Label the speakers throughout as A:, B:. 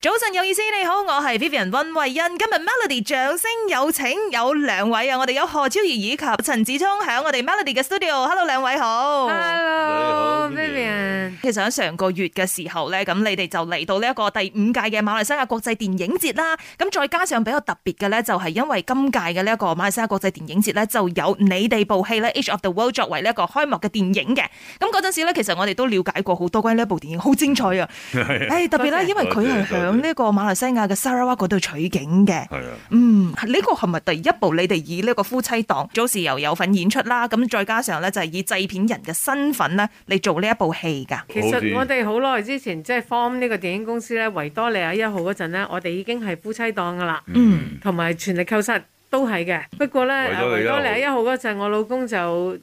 A: 早晨有意思，你好，我係 Vivian 溫慧欣。今日 Melody 掌聲有請有兩位啊，我哋有何超儀以及陳子聰喺我哋 Melody 嘅 studio。Hello，兩位好。
B: Hello，
C: 哦你好
B: Vivian
A: 其實喺上個月嘅時候咧，咁你哋就嚟到呢一個第五屆嘅馬來西亞國際電影節啦。咁再加上比較特別嘅咧，就係因為今屆嘅呢一個馬來西亞國際電影節咧，就有你哋部戲咧《Age of the World》作為呢一個開幕嘅電影嘅。咁嗰陣時咧，其實我哋都了解過好多關於呢一部電影，好精彩啊！誒、特別
B: 多
A: 咧，
B: 謝
A: 因為佢係響呢個馬來西亞嘅沙拉哇嗰度取景嘅。
C: 係啊，
A: 嗯，呢、個係咪第一部你哋以呢個夫妻檔早時又有份演出啦？咁再加上咧就係以製片人嘅身份咧嚟做呢一部戲㗎。
B: 其
C: 好似
B: 實我哋好耐之前即係 form 呢個電影公司咧，維多利亞一號嗰陣咧，我哋已經係夫妻檔噶啦，
A: 嗯，
B: 同埋全力扣殺都係嘅。不過咧，
C: 維
B: 誒
C: 多
B: 維
C: 利亞號
B: 多利亞一號嗰陣，我老公就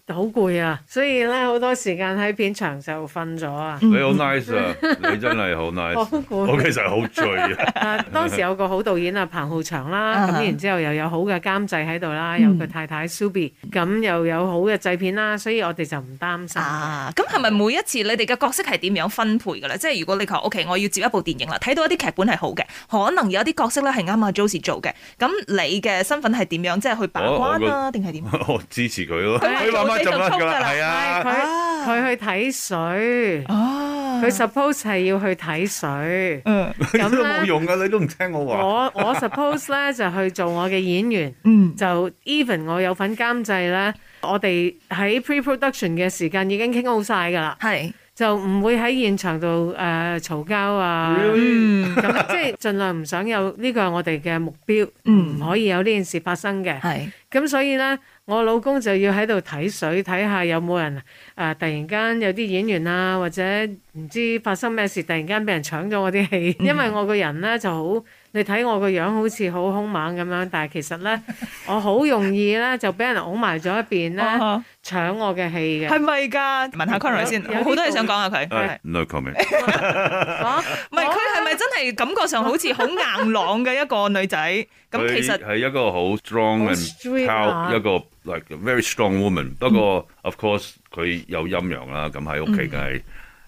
B: 好攰啊，所以咧好多時間喺片場就瞓咗 啊。
C: 你好 nice 啊，你真係好
B: 我
C: nice。
B: 好攰
C: 我其實好醉啊，
B: 啊！當時有個好導演啊，彭浩翔
A: 啊
B: 啦，咁然之後又有好嘅監製喺度
C: 嗯
B: 啦，有佢太太 Subi，咁又有好嘅製片啦，所以我哋就唔擔心。
A: 啊，咁係咪每一次你哋嘅角色係點樣分配嘅咧？即係如果你求 OK，我要接一部電影啦，睇到一啲劇本係好嘅，可能有一啲角色咧係啱阿 j o s e 做嘅，咁你嘅身份係點樣？即係去把
C: 我我
A: 關
C: 個
A: 啦，定係點？
C: 我支持佢咯。
A: 佢話
C: 佢慢慢
A: 做你
C: 浸
A: 就
C: 啦
A: 衝
C: 㗎
A: 㗎
C: 啦，
A: 啦
C: 係 啊，
B: 佢
A: 啊
B: 佢去睇水，
A: 啊
B: 佢 suppose 係要去睇水。
A: 嗯
C: 你
B: 咁
C: 都
B: 咧
C: 冇用㗎，你都唔聽我話。
B: 我我 suppose 咧就去做我嘅演員，
A: 嗯
B: 就 even 我有份監製咧，我哋喺 pre-production 嘅時間已經傾好晒㗎啦，
A: 係
B: 就唔會喺現場度誒嘈交啊。咁即係盡量唔想有呢個係我哋嘅目標，唔、
A: 嗯
B: 可以有呢件事發生嘅。
A: 係
B: 咁所以呢，我老公就要喺度睇水，睇下有冇人啊、突然間有啲演員啊，或者唔知發生咩事，突然間俾人搶咗我 啲戲。因為我個人呢就好，你睇我個樣好似好兇猛咁樣，但係其實 呢，我好容易呢就俾人拱埋咗一邊呢，
A: 啊
B: 搶我嘅
A: 係
B: 戲嘅。
A: 咪㗎？問下 Conroy 先，
B: 有有啲
A: 好多嘢想講下佢。係
C: 誒 No comment。
B: 啊
A: 唔係佢係咪真係感覺上好似好硬朗嘅一個女仔？咁其實
C: 佢係一個好 strong
B: 好
C: and
B: straight
C: proud
B: 啊
C: 一個 like a very strong woman。不過 of course 佢有陰陽啦，咁喺屋企梗係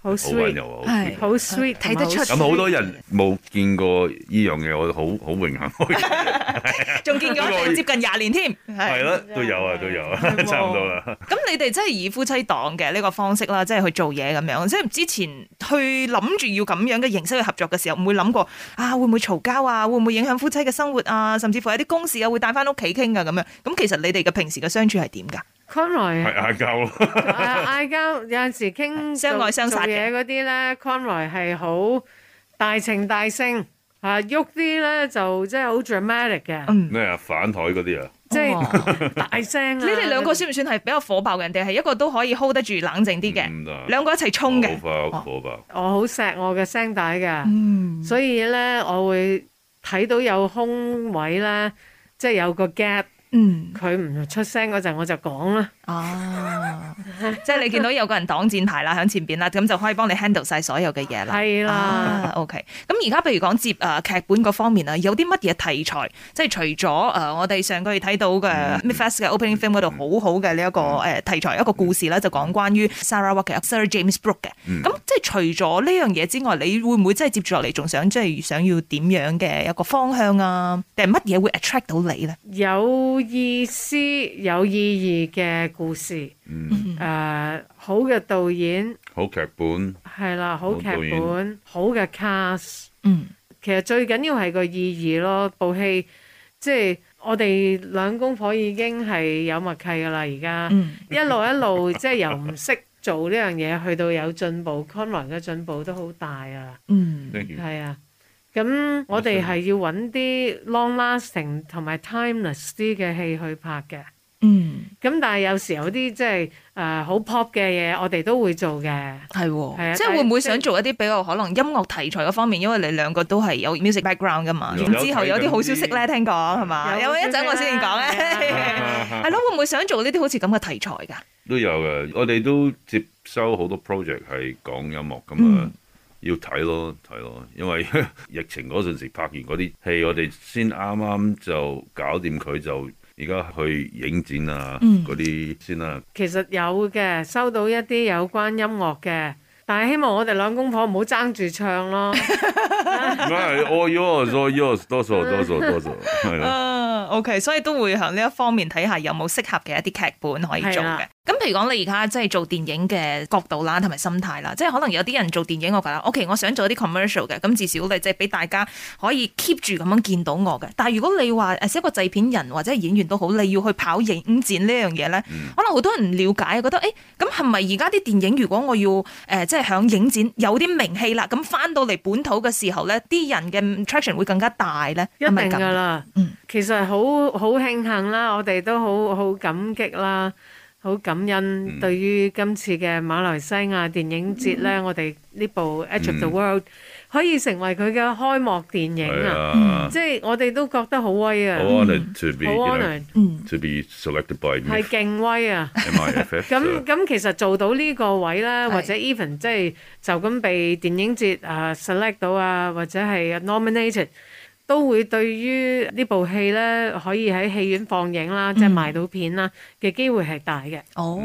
B: 好
C: 好温
B: sweet，
C: 柔好
A: 係
C: sweet。
B: 好 sweet，
A: 睇得出
C: 咁好多人冇見過呢樣嘢，我好好榮幸可以。
A: 仲見過一定接近廿年添，係
C: 係啦，都有啊，都有啊，
B: 係喎
C: 差唔多啦。
A: 咁你哋真係以夫妻檔嘅呢個方式啦，即係去做嘢咁樣。即係之前去諗住要咁樣嘅形式去合作嘅時候，唔會諗過啊，會唔會嘈交啊，會唔會影響夫妻嘅生活啊，甚至乎有啲公事啊會帶翻屋企傾啊咁樣。咁其實你哋嘅平時嘅相處係點㗎？
B: Conroy
C: 係嗌交咯。
B: 啊嗌交有陣時 傾
A: 相愛相殺嘅
B: 做嘢嗰啲咧，Conroy 係好大情大性啊，喐啲咧就即係好 dramatic 嘅，
A: 嗯，
C: 咩啊？反台嗰啲啊？
B: 即
A: 哇
B: 係大聲啊！
A: 你哋兩個算唔算係比較火爆嘅人哋係一個都可以 hold 得住冷靜啲嘅，
C: 唔得啊
A: 兩個一齊衝嘅
C: 好。爆好爆！
B: 我好錫我嘅聲帶嘅，
A: 嗯，
B: 所以咧我會睇到有空位咧，即係有個 gap，
A: 嗯，
B: 佢唔出聲嗰陣我就講啦。
A: 啊， 即係你見到有個人擋箭牌啦，喺前邊啦，咁就可以幫你 handle 晒所有嘅嘢啦。
B: 係啦，
A: 啊，OK。咁而家譬如講接誒劇本嗰方面啊，有啲乜嘢題材？即係除咗誒、呃我哋上個月睇到嘅 m i f e s 嘅 opening film 嗰度好好嘅呢一個誒題材一個故事啦，就講關於 Sarah Walker、Sir James Brooke 嘅。咁即係除咗呢樣嘢之外，你會唔會真係接住落嚟仲想即係想要點樣嘅一個方向啊？定係乜嘢會 attract 到你咧？
B: 有意思、有意義嘅故事，
C: 嗯
B: 誒好嘅導演。
C: 好劇本，
B: 係啦，好
C: 好
B: 劇
C: 導演
B: 本，好嘅 cast，
A: 嗯
B: 其實最緊要係個意義咯。部戲即係我哋兩公婆已經係有默契㗎啦，而家、
A: 嗯
B: 一路一路即係由唔識做呢樣嘢，去到有進步，Conroy 嘅進步都好大啊，
A: 嗯
C: thank you。
B: 係啊。咁我哋係要揾啲 long lasting 同埋 timeless 啲嘅戲去拍嘅。
A: 嗯，
B: 咁但係有時有啲即係誒好 pop 嘅嘢，我哋都會做嘅。
A: 係
B: 係
A: 喎，
B: 啊
A: 即係會唔會
B: 但係即係
A: 想做一啲比較可能音樂題材嗰方面？因為你兩個都係有 music background 噶嘛，
C: 有
A: 然之後有啲好消息咧，
C: 有
A: 聽講係嘛？
B: 有
A: 有
B: 好
A: 一
B: 消息
A: 陣我先講
B: 啊
A: 咧， 係咯，會唔會想做呢啲好似咁嘅題材㗎？
C: 都有嘅，我哋都接收好多 project 係講音樂咁啊，
A: 嗯
C: 要睇咯睇咯，因 為疫情嗰陣時拍完嗰啲戲，我哋先啱啱就搞掂佢，就而家去影展啊
A: 嗯
C: 嗰啲先啦。
B: 其實有嘅，收到一啲有關音樂嘅，但係希望我哋兩公婆唔好爭住唱咯。
C: 唔係 all oh, yours all yours，多數多數多數
A: Ờ,
C: 係啦。
A: 啊，OK，所以都會向呢一方面睇下有冇適合嘅一啲劇本可以做
B: 係
A: 嘅
B: 啦。
A: 咁譬如講，你而家即係做電影嘅角度啦，同埋心態啦，即係可能有啲人做電影，我覺得 OK，我想做一啲 commercial 嘅，咁至少你即係俾大家可以 keep 住咁樣見到我嘅。但係如果你話呃誒一個製片人或者係演員都好，你要去跑影展呢樣嘢咧，可能好多人唔了解，覺得誒咁係咪而家啲電影如果我要誒、呃即係響影展有啲名氣啦，咁翻到嚟本土嘅時候咧，啲人嘅 traction 會更加大咧，
B: 一
A: 係咪
B: 定
A: 咁
B: 噶啦
A: 嗯，
B: 其實好好慶幸啦，我哋都好好感激啦，好感恩
C: 嗯
B: 對於今次嘅馬來西亞電影節咧，
A: 嗯
B: 我哋呢部《Edge of the
C: 嗯
B: World》可以成為佢嘅開幕電影
C: 係
B: 啊！
C: 啊
B: 即係我哋都覺得好威啊，
C: 好
B: 好
C: honoured to be you know,
B: honoured，
A: 嗯。
C: to be selected by
B: 係勁威啊！
C: MIFF
B: 咁咁其實做到呢個位啦，
A: 係
B: 或者 even 即係就咁被電影節啊 select 到啊，或者係 nominated，都會對於呢部戲咧可以喺戲院放映
A: 嗯
B: 啦，即係賣到片啦嘅機會係大嘅。
A: 哦，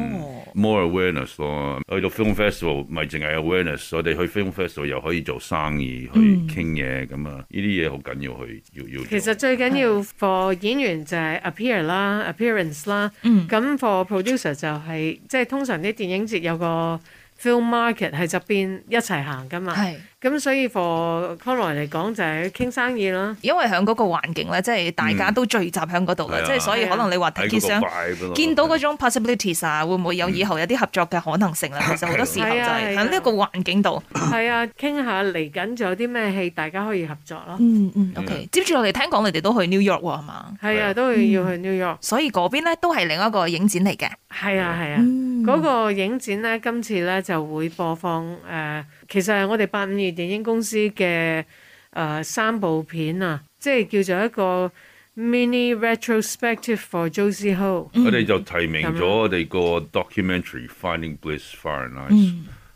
C: more awareness 咯，去到 film festival 咪淨係 awareness，我哋去 film festival 又可以做生意，去
A: 嗯
C: 傾嘢咁啊，呢啲嘢好緊要去要要做。
B: 其實最緊要 for 演員就係 appear 啦、appearance 啦，
A: 嗯
B: 咁 for producer 就係、即係通常啲電影節有個 film market 喺側邊一齊行噶嘛，
A: 係，
B: 咁所以 for Conroy 嚟講就係傾生意啦。
A: 因為喺嗰個環境咧，即係大家都聚集喺嗰度啦，
C: 嗯係啊
A: 即係所以可能你話睇見
C: 喺嗰
A: 想
C: 個 vibe 咯
A: 見到嗰種 possibilities 啊，會唔會有以後有啲合作嘅可能 性啦？其實好多時候就
B: 係啊
A: 係
B: 係啊
A: 喺呢一個環境度。
B: 係啊，傾下嚟緊仲有啲咩戲，大家可以合作咯。
A: 嗯嗯
C: 嗯
A: ，OK。接住落嚟聽講你哋都去 New York 喎，係嘛？
B: 係
C: 係啊
B: 啊，都係要
A: 嗯
B: 去 New York。
A: 所以嗰邊咧都係另一個影展嚟嘅。
B: 係啊，係啊。
A: 嗯
B: 嗰個影展呢，今次呢就會播放誒、呃其實係我哋八五二電影公司嘅誒、呃三部片啊，即係叫做一個 mini retrospective for Josie Ho。
A: 嗯
C: 我哋就提名咗我哋個 documentary Finding Bliss Far and
A: 嗯
C: Ice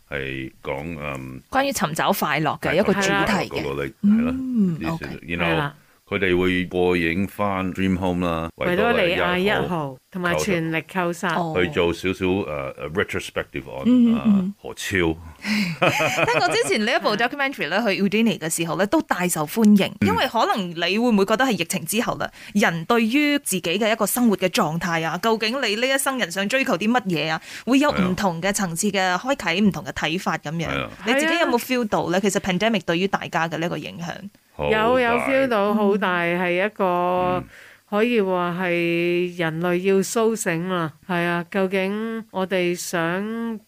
C: 係講嗯
A: 關於尋找快樂嘅一個主
C: 啊
A: 題嘅。
C: 嗰個係啦，
A: 嗯
C: 呢
A: ，OK
C: 啲然
B: 係
C: 後
B: 啦，
C: 佢哋會過影翻 Dream Home 啦，
B: 維多利
A: 哎
B: 亞啊一
C: 號。
B: 號同埋
C: 求其
B: 全力扣殺。
A: 哦
C: 去做少少誒 retrospective on
A: 嗯嗯
C: 啊
A: 嗯
C: 何超，
A: 聽過之前呢一部 documentary 咧，去 Udine 嘅時候咧，都大受歡迎，因為可能你會唔會覺得係疫情之後啦，人對於自己嘅一個生活嘅狀態啊，究竟你呢一生人想追求啲乜嘢啊，會有唔同嘅層次嘅開啓，唔同嘅睇法咁樣
C: 係啊。
A: 你自己有冇 feel 到咧？其實 pandemic 對於大家嘅呢一個影響，
C: 好
B: 有有
C: 大
B: feel 到好大係一個可以話係人類要甦醒啦，係啊，究竟我哋想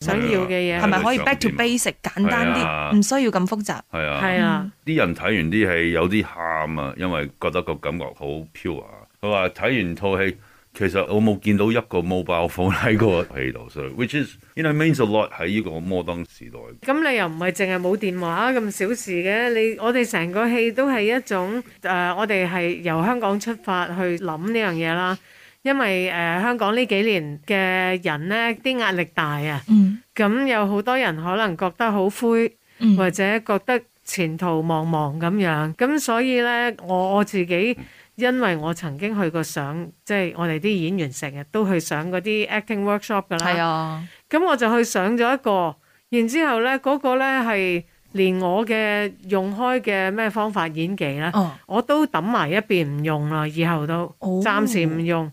B: 想要嘅嘢
A: 係咪可以
C: 想
A: back to
C: 點啊
A: basic 簡單
C: 係啊
A: 啲，唔需要咁複雜？
C: 係啊！
B: 係啊，
C: 啲人睇完啲戲有啲喊啊，因為覺得個感覺好 pure 啊。佢話睇完套戲，其實我冇見到一個 mobile phone 喺個戲度，所以 which is you know means a lot 喺呢個摩登時代。
B: 咁你又唔係淨係冇電話咁小事嘅，你我哋成個戲都係一種誒、呃我哋係由香港出發去諗呢樣嘢啦，因為誒、呃香港呢幾年嘅人呢啲壓力大啊，
A: 嗯
B: 咁有好多人可能覺得好灰。
A: 嗯
B: 或者覺得前途茫茫咁樣。咁所以呢，我我自己因為我曾經去過上，即係我哋啲演員成日都去上嗰啲 acting workshop 噶
A: 係
B: 啦。
A: 啊，
B: 咁我就去上咗一個，然之後呢，嗰、個呢係連我嘅用開嘅咩方法演技呢，
A: 哦，
B: 我都抌埋一邊唔用啦，以後都
A: 哦
B: 暫時唔用，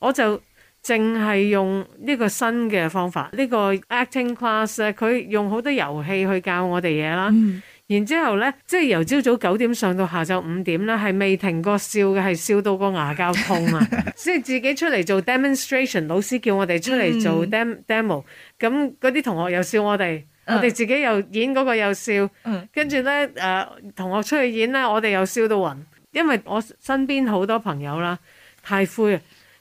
B: 我就。淨係用呢個新嘅方法，呢、個 acting class 咧，佢用好多遊戲去教我哋嘢啦。
A: 嗯
B: 然之後呢，即係由朝早九點上到下晝五點呢，係未停過笑嘅，係笑到個牙膠痛啊！即係自己出嚟做 demonstration，老師叫我哋出嚟做 dem demo，咁嗰啲同學又笑我哋，
A: 嗯
B: 我哋自己又演嗰個又笑，
A: 嗯
B: 跟住呢，誒、同學出去演呢，我哋又笑到暈，因為我身邊好多朋友啦，太灰啊！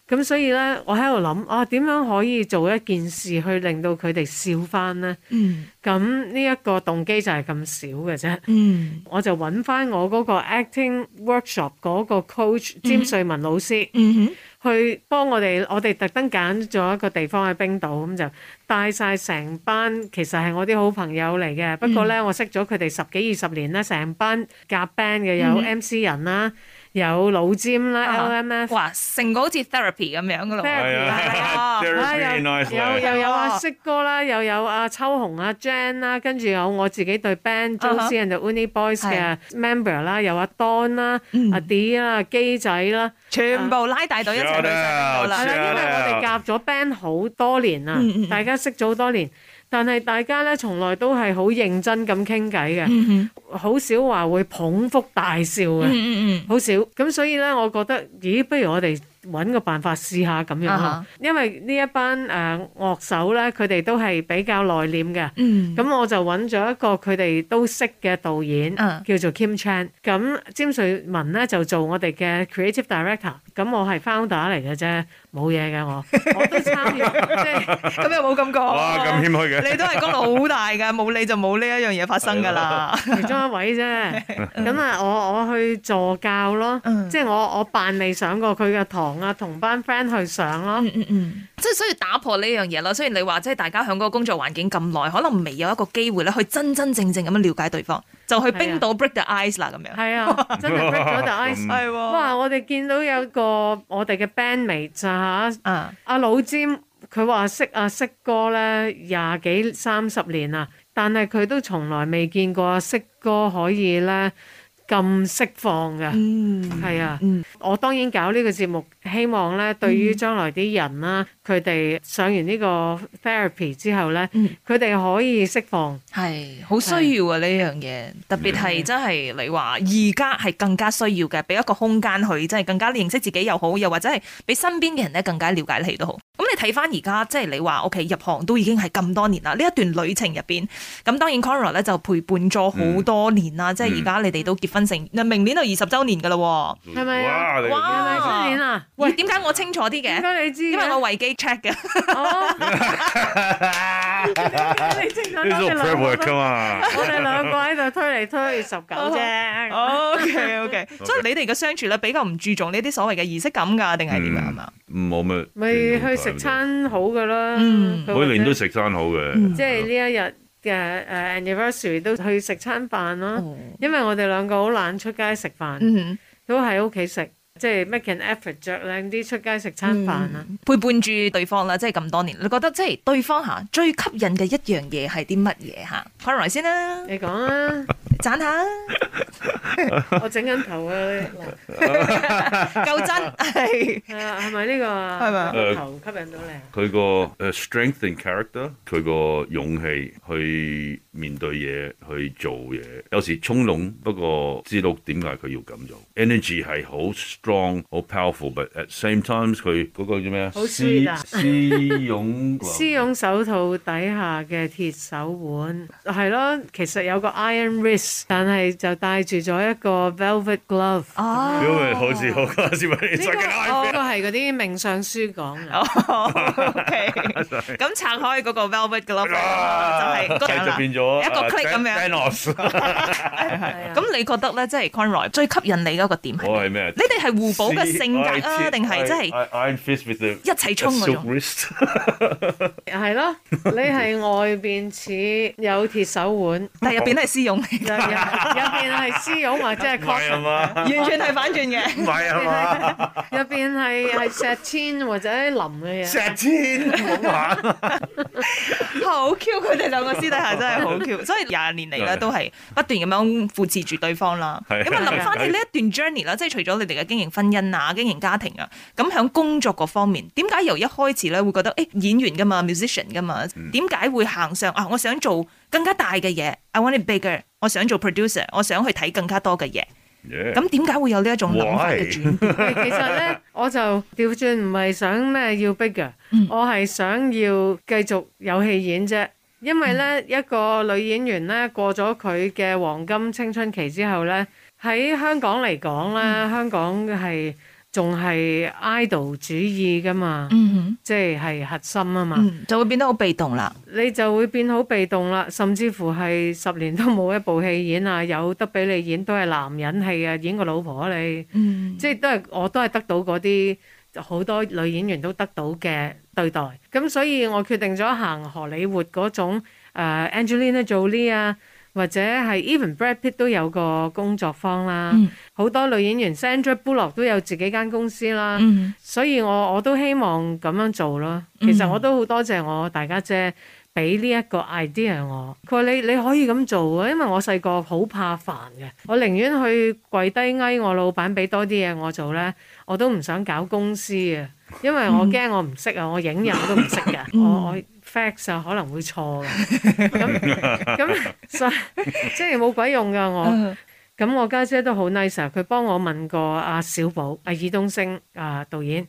B: 咁所以呢，我喺度諗啊，點樣可以做一件事去令到佢哋笑翻呢？
A: 嗯
B: 咁呢一個動機就係咁少嘅啫。
A: 嗯
B: 我就揾翻我嗰個 acting workshop 嗰個 coach 詹瑞文老師，
A: 嗯哼
B: 去幫我哋，我哋特登揀咗一個地方喺冰島，咁就帶晒成班，其實係我啲好朋友嚟嘅。不過呢，我識咗佢哋十幾二十年啦，成班夾 band 嘅有 MC 人啦，有腦尖啦、
A: 啊
B: LMF
A: 哇，成個好似 therapy 咁樣噶咯喎，
B: Therapy
C: 係啊
A: 係啊
B: 啊
C: ，Therapy
B: 有
C: Nice
B: 有
C: Life
B: 又有阿
A: 哦
B: 色哥啦，又有阿秋紅、阿 Jan 啦，跟住有我自己對 band
A: 啊哈
B: Josie and the Uni Boys 嘅
A: 係嗯
B: member 啦，有阿 Don 啦、阿 D 啦、基仔啦，
A: 全部拉大隊一齊去上到啦。
B: 係啦，
C: Shout
B: 因為我哋夾咗 band 好多年啦
A: 嗯嗯，嗯
B: 大家識咗好多年，但係大家咧從來都係好認真咁傾偈嘅，
A: 嗯嗯
B: 好少話會捧腹大笑嘅，
A: 嗯嗯
B: 好少。咁所以咧，我覺得，咦，不如我哋揾個辦法試下咁樣
A: 啊
B: 啦
A: 哈。
B: 因為呢一班誒、呃、樂手咧，佢哋都係比較內斂嘅。
A: 嗯，
B: 咁我就揾咗一個佢哋都識嘅導演，
A: 嗯
B: 叫做 Kim Chan。咁詹瑞文咧就做我哋嘅 creative director。咁我係 founder 嚟嘅啫，冇嘢嘅我，我都參 與，即係
A: 咁又冇咁講。
C: 哇，咁謙虛嘅，
A: 你都係功勞好大㗎，冇你就冇呢一樣嘢發生㗎啦。
B: 其中一位啫。咁啊，我我去助教咯，
A: 嗯
B: 即係我我扮未上過佢嘅堂啊，同班 friend 去上咯。
A: 嗯嗯，即係所以打破呢樣嘢咯。雖然你話即係大家喺嗰個工作環境咁耐，可能未有一個機會咧去真真正正咁樣了解對方，就去冰島 break the ice 啦咁樣。
B: 係啊，真係 break 咗 the ice。
C: 嗯
A: 係喎，
B: 哇！我哋見到有個我哋嘅 bandmate 咋嚇，
A: 啊，
B: 阿老詹佢話識阿色哥咧廿幾三十年啦，但係佢都從來未見過阿色哥可以咧咁釋放嘅。
A: 嗯，
B: 係啊，
A: 嗯
B: 我當然搞呢個節目，希望咧對於將來啲人啦，
A: 嗯
B: 佢哋上完呢個 therapy 之後咧，
A: 嗯
B: 佢哋可以釋放。
A: 係好需要啊呢樣嘢，特別係真係你話而家係更加需要嘅，俾一個空間去，真係更加認識自己又好，又或者係俾身邊嘅人咧更加了解你都好。咁你睇翻而家即係你話，OK 入行都已經係咁多年啦，呢一段旅程入邊，咁當然 Conor 咧就陪伴咗好多年啦，即係而家你哋都結婚成，明年就二十週年㗎啦喎。
B: 係咪啊
C: 哇，你
A: 哇
B: 係咪出年啊？
A: 喂，點解我清楚啲嘅？
B: 點解你知嘅？
A: 因為我維基 check 嘅，
B: 哦， 你清楚
C: 呢
B: 多謝
C: 種
B: 兩
C: prep
B: 個
C: work 噶嘛，
B: 我哋兩個喺度推嚟推去十九啫。
A: O K O K，所以你哋嘅相處咧比較唔注重呢啲所謂嘅儀式感㗎，定係點
C: 嗯
A: 啊？係嘛？
C: 冇咩，
B: 咪去食，餐嗯好噶啦，
A: 嗯
B: 佢
C: 每年都
B: 或者
C: 食餐好嘅，
B: 即係呢一日嘅誒 à, anniversary 都去食餐飯啦。
A: 哦
B: 因為我哋兩個好懶出街食飯，
A: 嗯，
B: 都喺屋企食，即係 make an effort 着靚啲出街食餐飯啦。
A: 陪伴住對方啦，即係咁多年，你覺得即係對方嚇最吸引嘅一樣嘢係啲乜嘢嚇 c o r 先啦，
B: 你講啊，
A: 讚 下，
B: 我整緊頭啊，嗱
A: 夠真 係，
B: 係啊係咪呢個啊？
A: 係咪啊
B: 個頭吸引到你啊？
C: 佢個誒 strength and character，佢個勇氣去面對嘢，去做嘢。有時衝動，不過知道點解佢要咁做。Energy 係好 strong，好 powerful，but at same times 佢嗰個叫咩啊？
B: 好 sweet 啊
C: 絲絲絨
B: 絲絨手套底下嘅鐵手腕，係咯，其實有個 iron wrist，但係就戴住咗一個 velvet glove。
A: 哦，
C: 因為好似好嗰時咪
B: 呢個
C: 塞緊 iPad
B: 呢個係嗰啲名相書講啊嘅。
A: O K，咁拆開嗰個 velvet glove 啦就係嗰
C: 佢
A: 樣
C: 就
A: 啦。
C: 變咗
A: 一個
C: 啊
A: click 咁樣
C: Thanos
B: 係啊
A: 咁你覺得咧，即係 Conroy 最吸引你嗰個點係咩？
C: 我係咩？
A: 你哋係互補嘅性格啊，定係即係
C: Iron Fist with the
A: 一齊衝嗰
C: silk
A: 種？
C: wrist？
B: 係咯，你係外邊似有鐵手 腕，
A: 但係入邊都係私用嚟
B: 入入入邊係絲絨或者係
C: 唔係啊
B: cotton，
C: 嘛，
A: 嘅，完全係反轉嘅。
C: 唔係啊嘛。
B: 入邊係係石千或者林嘅嘢。
C: 天好玩，
A: 好 Q，佢哋兩個師弟係真係 好 Q，所以廿年嚟咧都係不斷咁樣扶持住對方啦。
C: 係
A: 咁啊諗翻起呢一段 journey 啦，即係除咗你哋嘅經營婚姻啊、經營家庭啊，咁喺工作嗰方面，點解由一開始咧會覺得誒、欸演員噶嘛、musician 噶嘛，
C: 嗯
A: 點解會行上啊？我想做更加大嘅嘢，I want it bigger，我想做 producer，我想去睇更加多嘅嘢。
C: 咁
A: 咁點解會有呢一種諗法
C: Why？
A: 嘅轉 變？
B: 喂其實咧，我就調轉唔係想咩要 bigger，我係想要繼續有戲演啫。因為咧，一個女演員咧過咗佢嘅黃金青春期之後咧，喺香港嚟講咧，香港係仲係 idol 主義噶嘛，
A: 嗯
B: 即係係核心啊嘛。
A: 嗯，就會變得好被動啦。
B: 你就會變好被動啦，甚至乎係十年都冇一部戲演啊，有得俾你演都係男人戲啊，演個老婆啊你，
A: 嗯，
B: 即係都係我都係得到嗰啲好多女演員都得到嘅對待，咁所以我決定咗行荷里活嗰種、呃 Angelina Jolie 啊，或者係 even Brad Pitt 都有個工作坊啦
A: 嗯，
B: 好、多女演員 Sandra Bullock 都有自己間公司啦，
A: 嗯
B: 所以我我都希望咁樣做咯。其實我都好多謝我大家姐俾呢一個 idea 我，佢話你你可以咁做啊，因為我細個好怕煩嘅，我寧願去跪低翳我老闆俾多啲嘢我做咧，我都唔想搞公司啊，因為我驚我唔識啊，我影印都唔識嘅，我我 fax 啊可能會錯嘅，咁 咁所以即係冇鬼用㗎我。
A: 嗯
B: 咁我家姐都好 nice 啊，佢幫我問過阿小寶、阿爾冬升啊導演。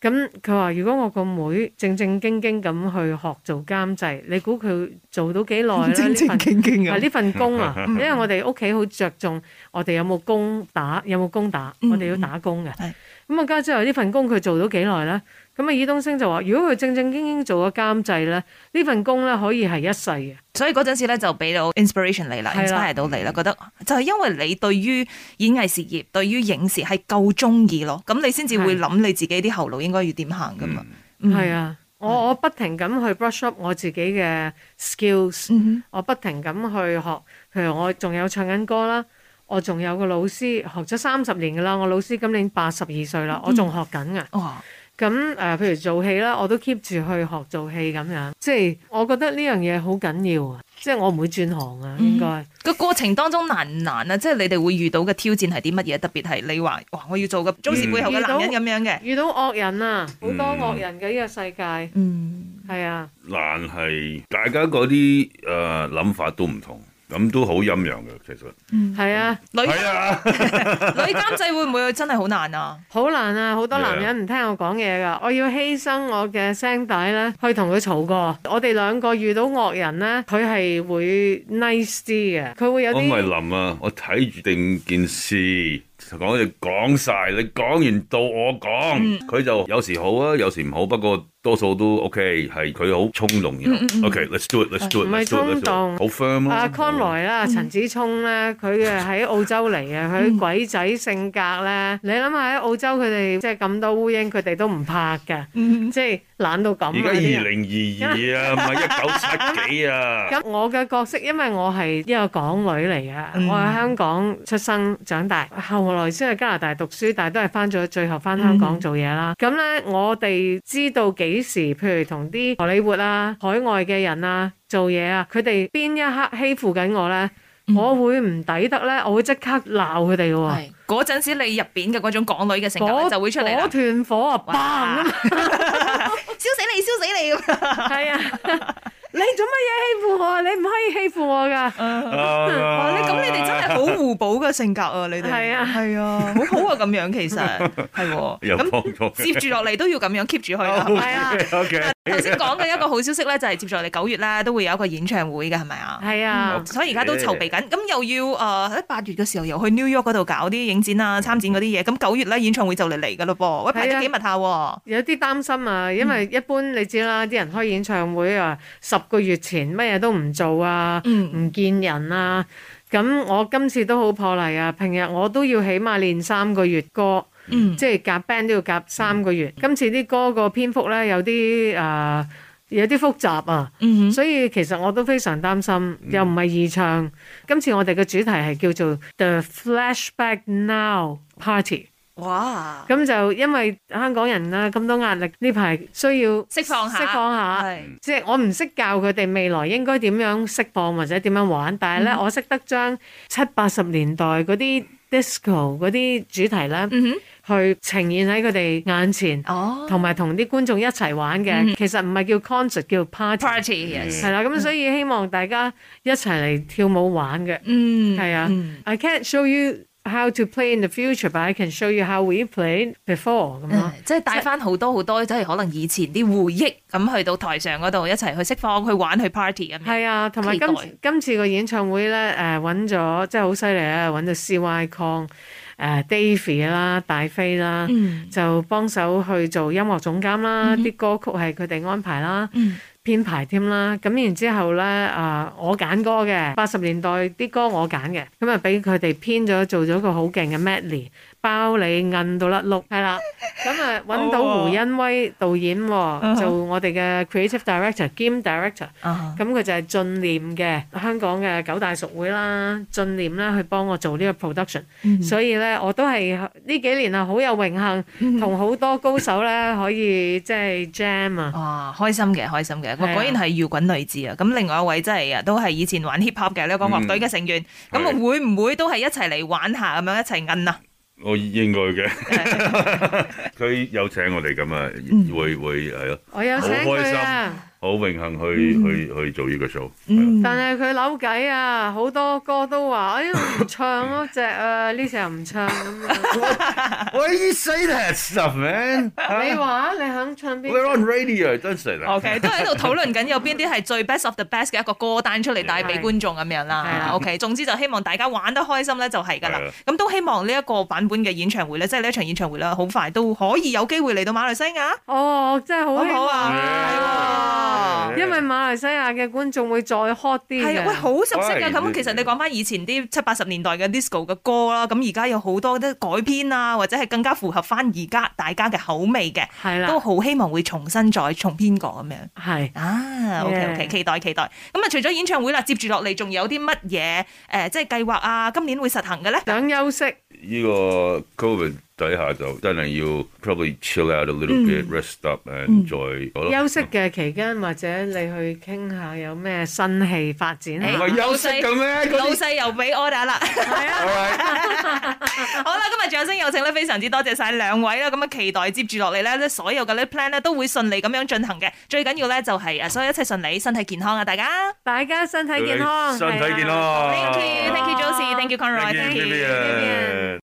B: 咁佢話：如果我個妹正正經經咁去學做監製，你估佢做到幾耐 咧？哦呢份
A: 經經
B: 啊呢份工啊， 因為我哋屋企好着重我哋有冇工打，有冇工打，我哋要打工嘅。
A: 嗯係
B: 咁我家姐話呢份工佢做到幾耐咧？咁啊，爾冬升就話：如果佢正正經經做個監製咧，呢份工咧可以係一世嘅。
A: 所以嗰陣時咧就俾到 inspiration 你啦
B: 係啦
A: ，inspire 到你啦，覺得就係因為你對於演藝事業、對於影視係夠中意咯，咁你先至會
B: 係
A: 諗你自己啲後路應該要點行噶嘛。嗯
B: 係，啊，我我不停咁去 brush up 我自己嘅 skills，
A: 嗯
B: 我不停咁去學，譬如我仲有唱緊歌啦，我仲有個老師學咗三十年噶啦，我老師今年八十二歲
A: 嗯
B: 啦，我仲學緊噶。
A: 哼，哇，
B: 咁誒、呃譬如做戲啦，我都 keep 住去學做戲咁樣，即係我覺得呢樣嘢好緊要啊，即係我唔會轉行啊，
A: 嗯
B: 應該。
A: 個過程當中難唔難啊？即係你哋會遇到嘅挑戰係啲乜嘢？特別係你話哇，我要做個中時背後嘅男人咁樣嘅，
B: 遇到惡人啊，好多
C: 嗯
B: 惡人嘅呢個世界，
A: 嗯
B: 係啊。
C: 難係大家嗰啲誒諗法都唔同，咁都好陰陽嘅其實。
A: 嗯
B: 係啊，
A: 女
C: 係啊，
A: 女監製會唔會真係好難啊？
B: 好難啊！好多
C: Yeah.
B: 男人唔聽我講嘢㗎，我要犧牲我嘅聲帶咧，去同佢嘈過。我哋兩個遇到惡人咧，佢係會 nice 啲嘅，佢會有
C: 我咪
B: 啲
C: 林啊，我睇住定件事。講你講晒，你講完到我講，佢、就有時好啊，有時唔好，不過多數都 OK，係佢好衝動，然後 OK，let's do it，let's do
B: 唔係
C: it，let's do it，let's
B: 衝
C: do
B: 動
C: it，好 firm 咯。
B: 阿啊 Conroy
C: 嗯
B: 啦、陳子聰咧，佢嘅喺澳洲嚟嘅，佢鬼仔性格咧，你諗下喺澳洲佢哋即係咁多烏蠅，佢哋都唔怕㗎，
A: 嗯，
B: 即係懶到咁啊
C: 而家
B: 啲人
C: 二零二二啊，唔係一九七幾啊。
B: 咁我嘅角色，因為我係一個港女嚟嘅，
A: 嗯
B: 我喺香港出生長大，後來先去加拿大讀書，但係都係翻咗最後翻香港
A: 嗯
B: 做嘢啦。咁咧、我哋知道幾時，譬如同啲荷里活啊、海外嘅人啊做嘢啊，佢哋邊一刻欺負緊我咧，我會唔抵得咧，我會即刻鬧佢哋嘅喎。
A: 嗯係嗰陣時你入邊嘅嗰種港女嘅性格
B: 嗰
A: 就會出嚟啦
B: 嗰，團火啊，
A: 哇
B: 砰咁
A: 燒死你，燒死你咁樣。
B: 係 啊！你做乜嘢欺負我啊？你唔可以欺負我㗎！
A: 嗯哇！
C: 哇
A: 你咁你哋真係好互補嘅性格啊！你哋
B: 係啊
A: 係啊，好好啊咁樣其實 係喎。
C: 又幫
A: 咁
C: 咗
A: 接住落嚟都要咁樣 keep 住去啦。
B: 係啊。
C: O K，
A: 頭先講嘅一個好消息咧，就係接住落嚟九月咧都會有一個演唱會嘅，係咪啊？
B: 係啊。
A: 所以而家都籌備緊，咁又要呃誒喺八月嘅時候又去 New York 嗰度搞啲影展啊、參展嗰啲嘢，咁九月咧演唱會就嚟嚟㗎咯噃，喂排
B: 係
A: 得
B: 啊
A: 幾密下喎？
B: 有啲擔心啊，因
A: 嗯
B: 為一般你知啦，啲人開演唱會啊，十個月前乜嘢都唔做啊，
A: 嗯
B: 唔見人啊。咁我今次都好破例啊，平日我都要起碼練三個月歌，
A: 嗯
B: 即係夾 band 都要夾三個月。今次啲歌個篇幅咧有啲誒、呃有啲複雜啊，
A: 嗯
B: 所以其實我都非常擔心，又唔係易唱。今次我哋嘅主題係叫做 The Flashback Now Party。
A: 哼，哇！
B: 咁就因為香港人啦，咁多壓力，呢排需要
A: 釋放下，
B: 釋放下。
A: 係
B: 即係我唔識教佢哋未來應該點樣釋放或者點樣玩，但係咧，
A: 嗯
B: 我識得將七八十年代嗰啲 disco 嗰啲主題咧，
A: 嗯
B: 去呈現喺佢哋眼前，
A: 哼，哦嗯
B: 同埋同啲觀眾一齊玩嘅。其實唔係叫 concert，叫 party。
A: ，party 嗯 yes，
B: 係啦，咁所以希望大家一齊嚟跳舞玩嘅。
A: 嗯，
B: 係啊
A: 嗯
B: I can't show you how to play in the future, but I can show you how we played before 咁咯
A: 嗯。即係帶翻好多好多，即係可能以前啲回憶咁去到台上嗰度一齊去釋放、去玩、去 party 咁樣。
B: 係啊，同
A: 嗯
B: 埋
A: 期待
B: 今次今次個演唱會咧，誒揾咗即係好犀利啊！揾咗 C.Y. Kong、誒 Davy 啦、大飛啦，
A: 嗯
B: 就幫手去做音樂總監啦，啲、歌曲係佢哋安排啦。
A: 嗯
B: 編排添啦。咁然之後咧，啊、我揀歌嘅，八十年代啲歌我揀嘅，咁啊俾佢哋編咗做咗個好勁嘅 medley，包你摁到甩碌，係啦。咁啊揾到胡恩威導演
A: 嗯
B: 喎，做我哋嘅 creative director 兼 director。
A: 啊
B: 咁佢就係進念嘅香港嘅九大熟會啦，進念啦去幫我做呢個 production，、
A: 嗯
B: 所以咧我都係呢幾年啊好有榮幸，同好多高 手咧可以即係 jam 啊，
A: 哇，開心嘅，開心嘅，
B: 係啊
A: 果然係搖滾女子啊！咁另外一位真係啊，都係以前玩 hip hop 嘅呢個樂隊嘅成員，咁
C: 嗯係
A: 會唔會都係一齊嚟玩下咁樣一齊摁啊？
C: 我應該嘅， 佢有請我哋咁啊，會會係咯，
B: 我有請
C: 好開
B: 佢
C: 心
B: 啊，
C: 好榮幸去去去做呢個 show。
A: 嗯，
B: 但係佢扭計啊，好多歌都話哎呀唔 唱嗰只啊，呢隻又唔唱咁樣。
C: Why you say that stuff, man?
B: 你話你肯唱邊隻？
C: We're on radio, don't say that.
A: OK，都 喺度討論緊有邊啲係最 best of the best 嘅一個歌單出嚟帶俾
B: 係
A: 觀眾咁樣
B: 係
A: 啦
B: 啊。
A: OK，總之就希望大家玩得開心咧就係㗎啦
C: 係啊。
A: 咁都希望呢一個版本嘅演唱會咧，即係呢一場演唱會啦，好快都可以有機會嚟到馬來西亞，
B: 哦，我真係
A: 好
B: 好
A: 唔
B: 希
A: 好
B: 望
A: 啊
C: 係？
B: 因為馬來西亞嘅觀眾會再 hot 啲
A: 係啊，
B: 嘅
A: 喂，好熟悉啊！
C: 喂
A: 咁其實你講翻以前啲七八十年代嘅 disco 嘅歌啦，咁而家有好多啲改編啊，或者係更加符合翻而家大家嘅口味嘅，
B: 係啦，
A: 都好希望會重新再重編過咁樣。
B: 係
A: 啊，OK OK，
B: Yeah
A: 期待期待。咁啊，除咗演唱會啦，接住落嚟仲有啲乜嘢誒，即係計劃啊？今年會實行嘅咧？
B: 想休息，
C: 呢個 COVID 底下就真係要 probably chill out a little bit, rest up and 再好咯
B: 休息嘅期間或者你去傾下有咩新戲發展
C: 唔
B: 下。
C: 係休息嘅咩？
A: 老
C: 嗰啲
A: 細又俾 order 啦，
B: 係啊
C: All right，
A: 好啦，今日掌聲有請咧，非常之多謝晒兩位啦，咁啊期待接住落嚟咧，所有嘅咧 plan 咧都會順利咁樣進行嘅，最緊要咧就係誒，呃所有一切順利，身體健康啊，大家
B: 大家身體健康，
C: 身體健
B: 係啊啊
C: 康
A: ，thank you，thank you，Josie，thank you，Conroy，thank
C: Thank you,
A: you。
C: Vivian